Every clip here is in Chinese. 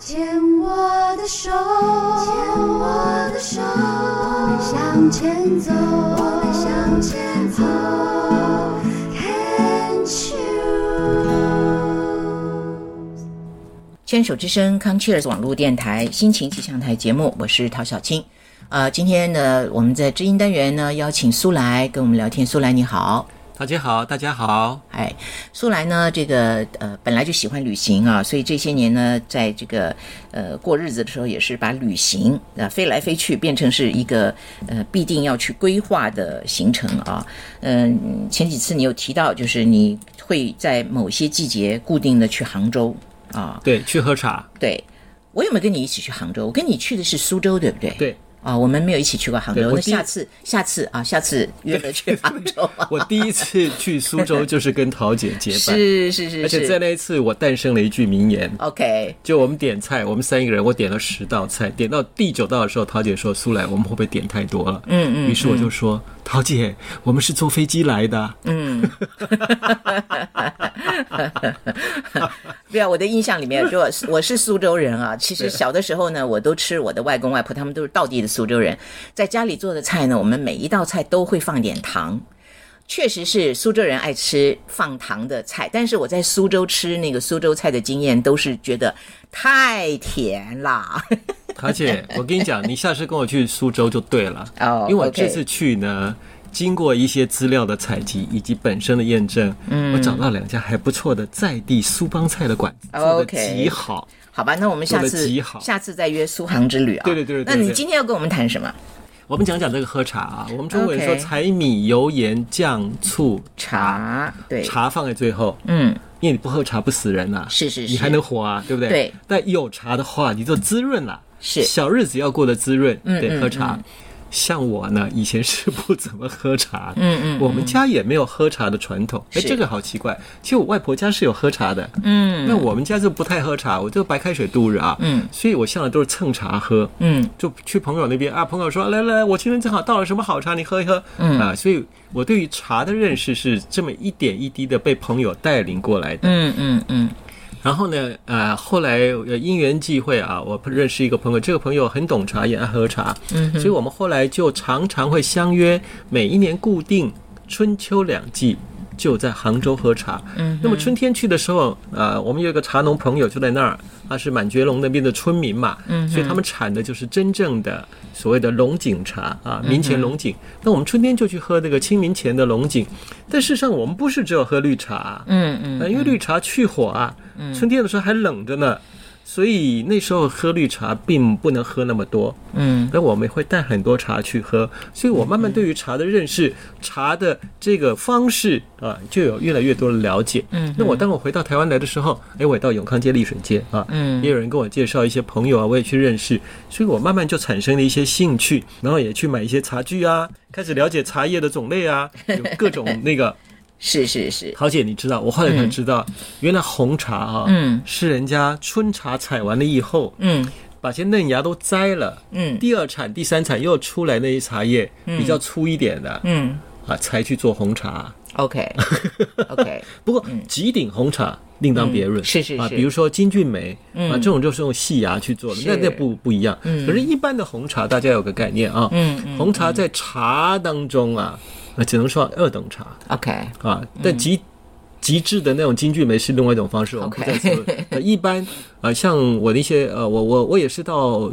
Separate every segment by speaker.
Speaker 1: 牵我的手，牵我的手，我们向前走，我们向前走。Can't you？
Speaker 2: 牵手之声 c o n c h e r s 网络电台心情气象台节目，我是陶小青。呃，今天呢，我们在知音单元呢邀请苏来跟我们聊天。苏来你好，
Speaker 3: 大姐好，大家好。
Speaker 2: 哎，苏来呢，这个呃本来就喜欢旅行啊，所以这些年呢，在这个呃过日子的时候，也是把旅行啊、呃飞来飞去变成是一个呃必定要去规划的行程啊。嗯、前几次你有提到，就是你会在某些季节固定的去杭州啊，
Speaker 3: 对，去喝茶。
Speaker 2: 对。我有没有跟你一起去杭州？我跟你去的是苏州，对不对？
Speaker 3: 对
Speaker 2: 啊，我们没有一起去过杭
Speaker 3: 对
Speaker 2: 州。
Speaker 3: 我
Speaker 2: 那
Speaker 3: 第一
Speaker 2: 下次，下次啊，下次约了去杭州。
Speaker 3: 我第一次去苏州就是跟桃姐 结伴，
Speaker 2: 是是是
Speaker 3: 而且在
Speaker 2: 是。
Speaker 3: 那一次我诞生了一句名言。
Speaker 2: OK，
Speaker 3: 就我们点菜，我们三个人，我点了十道菜，点到第九道的时候，桃姐说：“苏来，我们会不会点太多了？”嗯嗯。于是我就说：“桃姐，我们是坐飞机来的。”嗯，
Speaker 2: 对啊，我的印象里面，就 我是我是苏州人啊。其实小的时候呢，我都吃我的外公外婆，他们都是道地的苏州人。在家里做的菜呢，我们每一道菜都会放点糖。确实是苏州人爱吃放糖的菜，但是我在苏州吃那个苏州菜的经验都是觉得太甜啦。
Speaker 3: 桃姐，我跟你讲，你下次跟我去苏州就对了。
Speaker 2: 哦
Speaker 3: 因为我
Speaker 2: OK
Speaker 3: 这次去呢，经过一些资料的采集以及本身的验证，
Speaker 2: 嗯
Speaker 3: 我找到两家还不错的在地苏帮菜的馆子，做的
Speaker 2: 哦 OK
Speaker 3: 极好。
Speaker 2: 好吧，那我们下
Speaker 3: 做得
Speaker 2: 次
Speaker 3: 极好
Speaker 2: 下次再约苏杭之旅啊。
Speaker 3: 对对对对对
Speaker 2: 那你今天要跟我们谈什么？
Speaker 3: 我们讲讲这个喝茶啊，我们中国人说
Speaker 2: OK
Speaker 3: 柴米油盐酱醋茶，
Speaker 2: 茶，对，
Speaker 3: 茶放在最后，
Speaker 2: 嗯，
Speaker 3: 因为你不喝茶不死人呐、
Speaker 2: 是是是
Speaker 3: 你还能活啊，对不对？
Speaker 2: 对。
Speaker 3: 但有茶的话，你就滋润了。
Speaker 2: 是
Speaker 3: 小日子要过得滋润，
Speaker 2: 嗯
Speaker 3: 得
Speaker 2: 嗯
Speaker 3: 喝茶。像我呢，以前是不怎么喝茶，嗯嗯，我们家也没有喝茶的传统。哎，
Speaker 2: 是
Speaker 3: 这个好奇怪。其实我外婆家是有喝茶的，嗯，那我们家就不太喝茶，我就白开水度日啊，嗯，所以我向来都是蹭茶喝，
Speaker 2: 嗯，
Speaker 3: 就去朋友那边啊，朋友说来来来，我今天正好倒了什么好茶，你喝一喝，嗯啊，所以我对于茶的认识是这么一点一滴的被朋友带领过来的，
Speaker 2: 嗯嗯嗯，
Speaker 3: 然后呢，呃，后来呃因缘际会啊，我认识一个朋友，这个朋友很懂茶，也爱喝茶，嗯，所以我们后来就常常会相约，每一年固定春秋两季。就在杭州喝茶，嗯，那么春天去的时候，呃，我们有一个茶农朋友就在那儿，他是满觉陇那边的村民嘛，嗯，所以他们产的就是真正的所谓的龙井茶啊，明前龙井。那我们春天就去喝那个清明前的龙井，但事实上我们不是只有喝绿茶，
Speaker 2: 嗯嗯，
Speaker 3: 呃因为绿茶去火啊，春天的时候还冷着呢，所以那时候喝绿茶并不能喝那么多。
Speaker 2: 嗯，
Speaker 3: 那我们会带很多茶去喝，所以我慢慢对于茶的认识、茶的这个方式啊，就有越来越多的了解。嗯，那我当我回到台湾来的时候，哎，我也到永康街、丽水街啊，嗯，也有人跟我介绍一些朋友啊，我也去认识，所以我慢慢就产生了一些兴趣，然后也去买一些茶具啊，开始了解茶叶的种类啊，有各种那个。
Speaker 2: 是是是，
Speaker 3: 桃姐，你知道，我后来才知道，原来红茶啊，
Speaker 2: 嗯，
Speaker 3: 是人家春茶采完了以后，
Speaker 2: 嗯
Speaker 3: 把些嫩芽都摘了，
Speaker 2: 嗯
Speaker 3: 第二产、第三产又出来那些茶叶，比较粗一点的
Speaker 2: 嗯
Speaker 3: 啊，才去做红茶。
Speaker 2: ，OK OK，
Speaker 3: 不过几顶红茶另当别论，
Speaker 2: 嗯是是
Speaker 3: 啊，
Speaker 2: 是嗯
Speaker 3: 比如说金骏眉啊，这种就是用细芽去做的，那
Speaker 2: 是
Speaker 3: 那不不一样。可是，一般的红茶大家有个概念啊，
Speaker 2: 嗯
Speaker 3: 红茶在茶当中啊，啊只能说二等茶。
Speaker 2: OK，
Speaker 3: 啊，但
Speaker 2: 嗯
Speaker 3: 极、极致的那种京剧梅是另外一种方式，我们不
Speaker 2: OK
Speaker 3: 再说了。呃一般啊、呃像我的一些呃，我我我也是到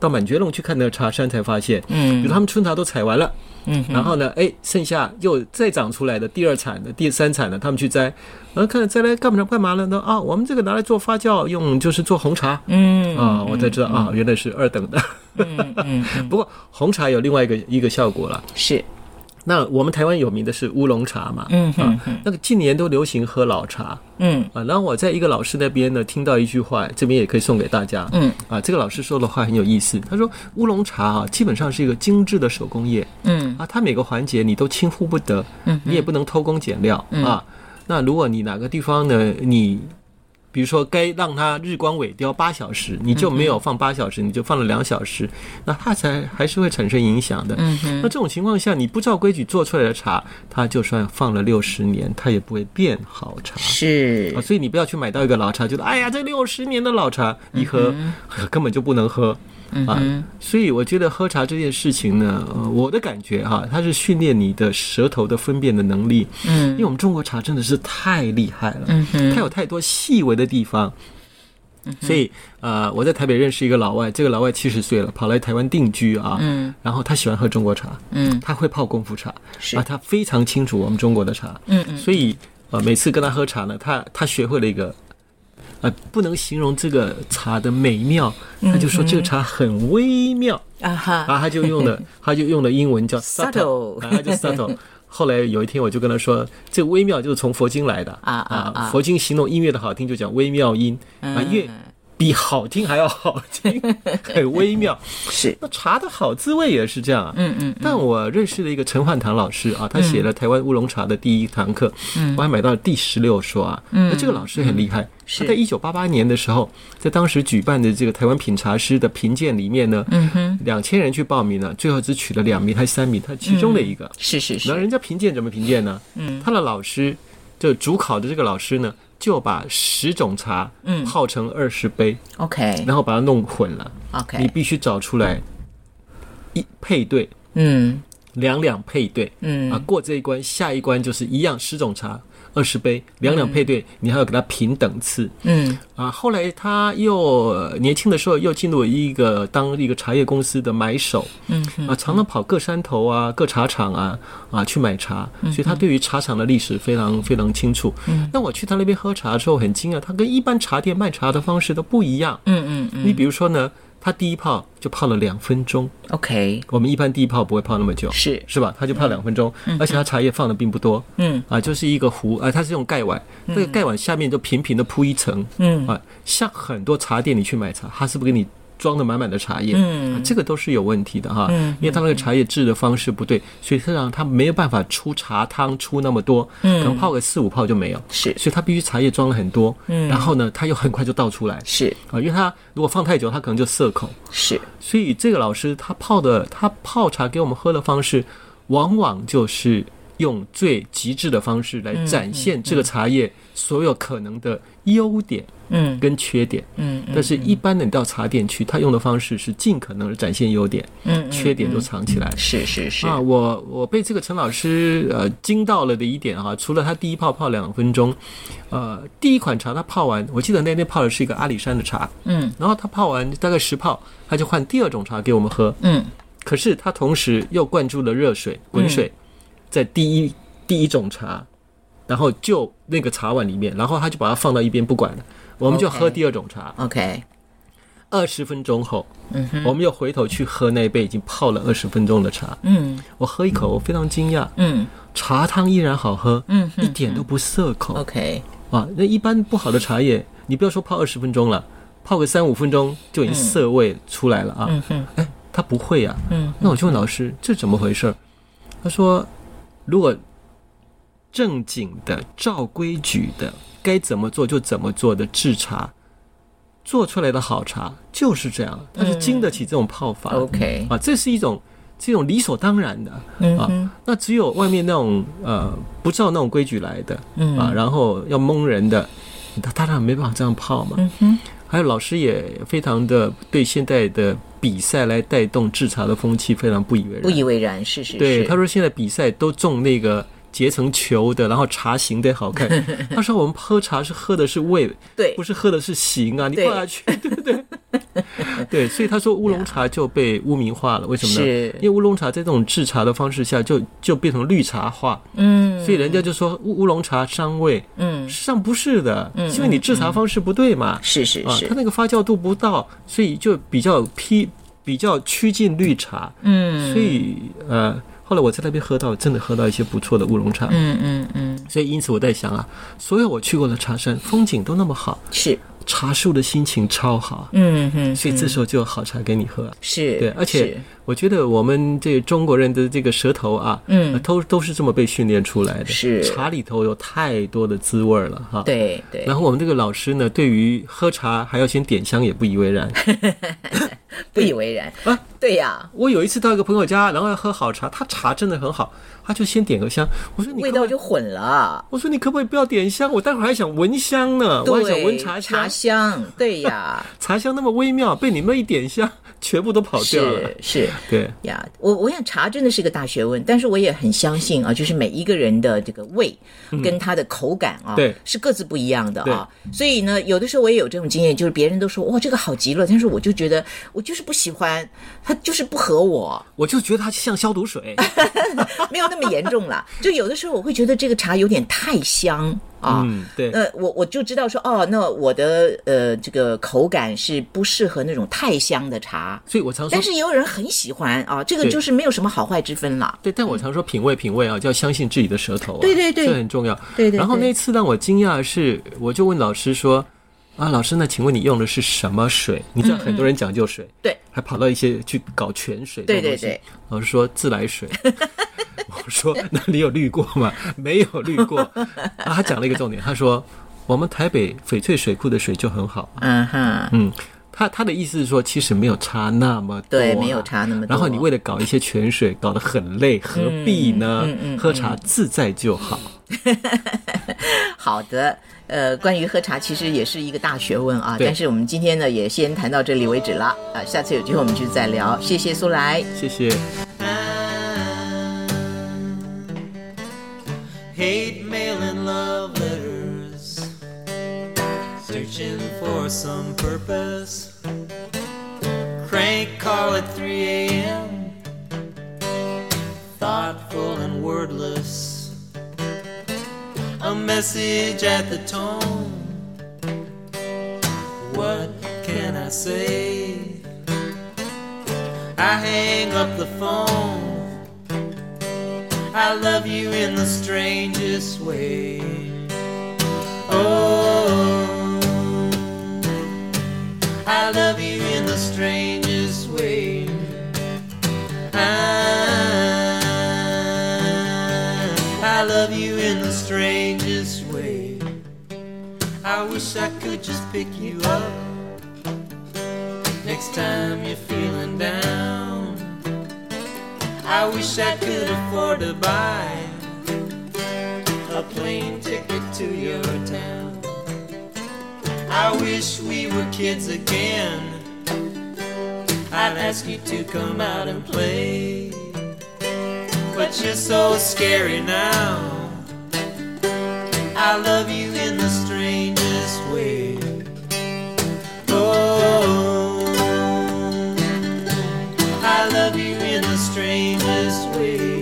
Speaker 3: 到满觉陇去看那个茶山才发现，
Speaker 2: 嗯
Speaker 3: 比如他们春茶都采完了，
Speaker 2: 嗯，
Speaker 3: 然后呢，哎，剩下又再长出来的第二产的、第三产的，他们去摘，然后看摘来干嘛干嘛了呢？啊，我们这个拿来做发酵用，就是做红茶，
Speaker 2: 嗯嗯
Speaker 3: 啊，我才知道啊，原来是二等的。 不过红茶有另外一个一个效果了。
Speaker 2: 是，
Speaker 3: 那我们台湾有名的是乌龙茶嘛，
Speaker 2: 嗯哼，
Speaker 3: 那个近年都流行喝老茶
Speaker 2: 嗯
Speaker 3: 啊。然后我在一个老师那边呢听到一句话，这边也可以送给大家。
Speaker 2: 嗯
Speaker 3: 啊，这个老师说的话很有意思。他说乌龙茶啊，基本上是一个精致的手工业
Speaker 2: 嗯
Speaker 3: 啊，它每个环节你都轻忽不得，你也不能偷工减料啊。那如果你哪个地方呢，你比如说该让它日光尾雕八小时，你就没有放八小时，你就放了两小时，那它才还是会产生影响的。那这种情况下，你不照规矩做出来的茶，它就算放了六十年，它也不会变好茶。
Speaker 2: 是
Speaker 3: 啊，所以你不要去买到一个老茶，觉得哎呀，这六十年的老茶一喝、 根本就不能喝。啊，所以我觉得喝茶这件事情呢，呃我的感觉哈、它是训练你的舌头的分辨的能力。嗯，因为我们中国茶真的是太厉害了，嗯、它有太多细微的地方。所以，呃，我在台北认识一个老外，这个老外七十岁了，跑来台湾定居啊。嗯。然后他喜欢喝中国茶，嗯，他会泡功夫茶，
Speaker 2: 是
Speaker 3: 啊，他非常清楚我们中国的茶，嗯嗯。所以，呃，每次跟他喝茶呢，他他学会了一个，呃，不能形容这个茶的美妙，他就说这个茶很微妙，
Speaker 2: 啊
Speaker 3: 然
Speaker 2: 哈，
Speaker 3: 后他就用 了，他就用了英文叫
Speaker 2: Subtle
Speaker 3: subtle，啊他就 subtle。后来有一天，我就跟他说，这微妙就是从佛经来的
Speaker 2: 啊啊啊嗯
Speaker 3: 佛经形容音乐的好听就讲微妙音啊，乐比好听还要好 听，很微妙。
Speaker 2: 是
Speaker 3: 那茶的好滋味也是这样啊。嗯嗯。但我认识了一个陈焕堂老师啊，他写了台湾乌龙茶的第一堂课，我还买到了第十六说啊。嗯嗯。那这个老师很厉害，
Speaker 2: 是
Speaker 3: 他在一九八八年的时候，在当时举办的这个台湾品茶师的评鉴里面呢，嗯哼，两千人去报名呢，最后只取了两名还是三名，他其中的一个。
Speaker 2: 是是是，
Speaker 3: 那人家评鉴怎么评鉴呢？嗯，他的老师，就主考的这个老师呢，就把十种茶，嗯，泡成二十杯，
Speaker 2: ，OK
Speaker 3: 然后把它弄混了。你
Speaker 2: OK，
Speaker 3: 必须找出来一配对，
Speaker 2: 嗯
Speaker 3: 两两配对，
Speaker 2: 嗯
Speaker 3: 啊，过这一关，下一关就是一样十种茶，二十杯，两两配对，你还要给它平等次
Speaker 2: 嗯
Speaker 3: 啊。后来他又呃年轻的时候又进入一个当一个茶叶公司的买手，嗯啊，常常跑各山头啊、各茶厂啊啊去买茶，
Speaker 2: 嗯
Speaker 3: 所以他对于茶厂的历史非常非常清楚。那我去他那边喝茶的时候很惊讶，他跟一般茶店卖茶的方式都不一样。
Speaker 2: 嗯嗯
Speaker 3: 你比如说呢，他第一泡就泡了两分钟，
Speaker 2: ，OK，
Speaker 3: 我们一般第一泡不会泡那么久，
Speaker 2: 是
Speaker 3: 是吧？他就泡两分钟，而且他茶叶放的并不多，
Speaker 2: 嗯
Speaker 3: 啊，就是一个壶啊，它是用盖碗，这个盖碗下面就平平的铺一层，
Speaker 2: 嗯
Speaker 3: 啊，像很多茶店你去买茶，它是不是给你？装的满满的茶叶，
Speaker 2: 嗯
Speaker 3: 啊这个都是有问题的哈，因为它那个茶叶制的方式不对，所以它让它没有办法出茶汤出那么多，
Speaker 2: 嗯
Speaker 3: 可能泡个四五泡就没有，
Speaker 2: 是
Speaker 3: 所以它必须茶叶装了很多，
Speaker 2: 嗯
Speaker 3: 然后呢，它又很快就倒出来，
Speaker 2: 是
Speaker 3: 啊，因为它如果放太久，它可能就涩口，
Speaker 2: 是，
Speaker 3: 所以这个老师他泡的他泡茶给我们喝的方式，往往就是用最极致的方式来展现这个茶叶所有可能的优点
Speaker 2: 嗯
Speaker 3: 跟缺点。
Speaker 2: 嗯
Speaker 3: 但是，一般的你到茶店去，他用的方式是尽可能的展现优点，
Speaker 2: 嗯，
Speaker 3: 缺点都藏起来。
Speaker 2: 是是是，
Speaker 3: 啊，我我被这个陈老师呃惊到了的一点啊，除了他第一泡泡两分钟，呃，第一款茶他泡完，我记得那天泡的是一个阿里山的茶，
Speaker 2: 嗯
Speaker 3: 然后他泡完大概十泡，他就换第二种茶给我们喝，
Speaker 2: 嗯
Speaker 3: 可是他同时又灌注了热水、滚
Speaker 2: 嗯
Speaker 3: 水，在第一第一种茶，然后就那个茶碗里面，然后他就把它放到一边不管了。我们就
Speaker 2: OK
Speaker 3: 喝第二种茶，
Speaker 2: ，OK，
Speaker 3: 二十分钟后，
Speaker 2: 嗯
Speaker 3: 我们又回头去喝那一杯已经泡了二十分钟的茶。
Speaker 2: 嗯
Speaker 3: 我喝一口，我非常惊讶，
Speaker 2: 嗯
Speaker 3: 茶汤依然好喝，
Speaker 2: 嗯
Speaker 3: 一点都不涩口
Speaker 2: ，OK，
Speaker 3: 啊。那一般不好的茶叶，你不要说泡二十分钟了，泡个三五分钟就已经涩味出来了啊。
Speaker 2: 嗯哼
Speaker 3: 哎，他不会呀、
Speaker 2: 嗯
Speaker 3: 那我就问老师，这怎么回事儿？他说，如果正经的、照规矩的，该怎么做就怎么做的制茶，做出来的好茶就是这样，它是经得起这种泡法。
Speaker 2: ，OK，
Speaker 3: 啊，这是一种这种理所当然的啊。那只有外面那种呃不照那种规矩来的啊，然后要蒙人的，他他当然没办法这样泡嘛。还有老师也非常的对现在的比赛来带动制茶的风气非常不以为然。
Speaker 2: 不以为然，是是是，
Speaker 3: 对，他说现在比赛都种那个结成球的，然后茶形得好看。他说我们喝茶是喝的是味，
Speaker 2: 对
Speaker 3: 不是喝的是形啊，你
Speaker 2: 对
Speaker 3: 灌下去， 对不对？对，所以他说乌龙茶就被污名化了，为什么呢？
Speaker 2: 是
Speaker 3: 因为乌龙茶在这种制茶的方式下就，就变成绿茶化，
Speaker 2: 嗯
Speaker 3: 所以人家就说乌乌龙茶伤胃，
Speaker 2: 嗯
Speaker 3: 实际上不是的，因为你制茶方式不对嘛。
Speaker 2: 是是
Speaker 3: 啊，它
Speaker 2: 嗯是，
Speaker 3: 那个发酵度不到，所以就比较批比较趋近绿茶，
Speaker 2: 嗯
Speaker 3: 所以呃，后来我在那边喝到，真的喝到一些不错的乌龙茶。
Speaker 2: 嗯嗯嗯，
Speaker 3: 所以因此我在想啊，所有我去过的茶山风景都那么好，
Speaker 2: 是，
Speaker 3: 茶树的心情超好，
Speaker 2: 嗯哼，
Speaker 3: 所以这时候就有好茶给你喝啊。
Speaker 2: 是，
Speaker 3: 对，而且
Speaker 2: 是
Speaker 3: 我觉得我们这中国人的这个舌头啊，
Speaker 2: 嗯
Speaker 3: 呃都都是这么被训练出来的。
Speaker 2: 是
Speaker 3: 茶里头有太多的滋味儿了哈。。
Speaker 2: 对对，
Speaker 3: 然后我们这个老师呢，对于喝茶还要先点香也不以 为然。
Speaker 2: 不以为然
Speaker 3: 啊，
Speaker 2: 对呀，
Speaker 3: 我有一次到一个朋友家，然后要喝好茶，他茶真的很好，他就先点个香。我说你
Speaker 2: 味
Speaker 3: 可不
Speaker 2: 道
Speaker 3: 可以
Speaker 2: 就混了。
Speaker 3: 我说你可不可以不要点香？啊我待会儿还想闻香呢，我还想闻
Speaker 2: 对，
Speaker 3: 茶香。
Speaker 2: 茶香，对呀，
Speaker 3: 茶香那么微妙，被你们一点香，全部都 跑掉了
Speaker 2: 是。是。
Speaker 3: 对，
Speaker 2: 呀我我想茶真的是个大学问，但是我也很相信啊，就是每一个人的这个味跟他的口感啊，
Speaker 3: 嗯对
Speaker 2: 是各自不一样的啊。所以呢，有的时候我也有这种经验，就是别人都说哇这个好极了，但是我就觉得我就是不喜欢，它就是不合我，
Speaker 3: 我就觉得它像消 毒水。
Speaker 2: 没有那么严重 啦。就有的时候我会觉得这个茶有点太香啊。
Speaker 3: 嗯，对。
Speaker 2: 那我我就知道说哦，那我的呃这个口感是不适合那种太香的茶，
Speaker 3: 所以我常说
Speaker 2: 但，是也有人很喜欢啊，这个
Speaker 3: 对
Speaker 2: 就是没有什么好坏之分啦。
Speaker 3: 对，但我常说品味品味啊，就要相信自己的舌头、啊，
Speaker 2: 嗯对对对
Speaker 3: 这很重要。
Speaker 2: 对对
Speaker 3: 然后
Speaker 2: 对
Speaker 3: 那次让我惊讶的是，我就问老师说：“啊，老师，那请问你用的是什么水？你知道很多人讲究水，
Speaker 2: 嗯对，
Speaker 3: 还跑到一些去搞泉水，
Speaker 2: 对对对。”
Speaker 3: 老师说自 来水。我说：“那你有滤过吗？没有滤过。”啊，他讲了一个重点，他说：“我们台北翡翠水库的水就很好。
Speaker 2: 嗯哼，”
Speaker 3: 嗯，他他的意思是说，其实没有差那么多、啊
Speaker 2: 对，没有。差那么多。
Speaker 3: 然后你为了搞一些泉水，搞得很累，何必呢？喝茶自在就好。
Speaker 2: 好的，呃，关于喝茶其实也是一个大学问啊。
Speaker 3: 对
Speaker 2: 但是我们今天呢，也先谈到这里为止了啊、下次有机会我们就再聊。谢谢苏来。
Speaker 3: 谢谢。
Speaker 4: hate mail and love letters, searching for some purpose. Crank call at 3 a.m., thoughtful and wordless. A message at the tone. What can I say? I hang up the phone. I love you in the strangest way. Oh, I love you in the strangest way. I, I love you in the strangest way. I wish I could just pick you up next time you're feeling down. I wish I could afford to buy a plane ticket to your town. I wish we were kids again. I'd ask you to come out and play. But you're so scary now. I love you in the strangest way. Oh. I love you in the strangest way.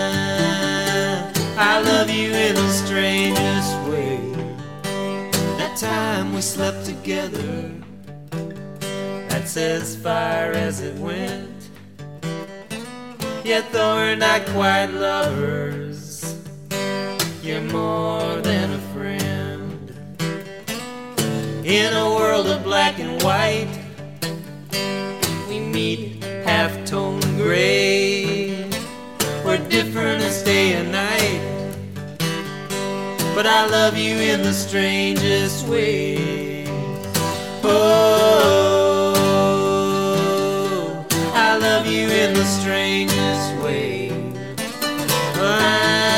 Speaker 4: I, I love you in the strangest way. That time we slept together, that's as far as it went. Yet though we're not quite lovers, you're more than a friend. In a world of black and white, we meet half tone gray. We're different as day and night, but I love you in the strangest way. Oh, I love you in the strangest way. I Oh,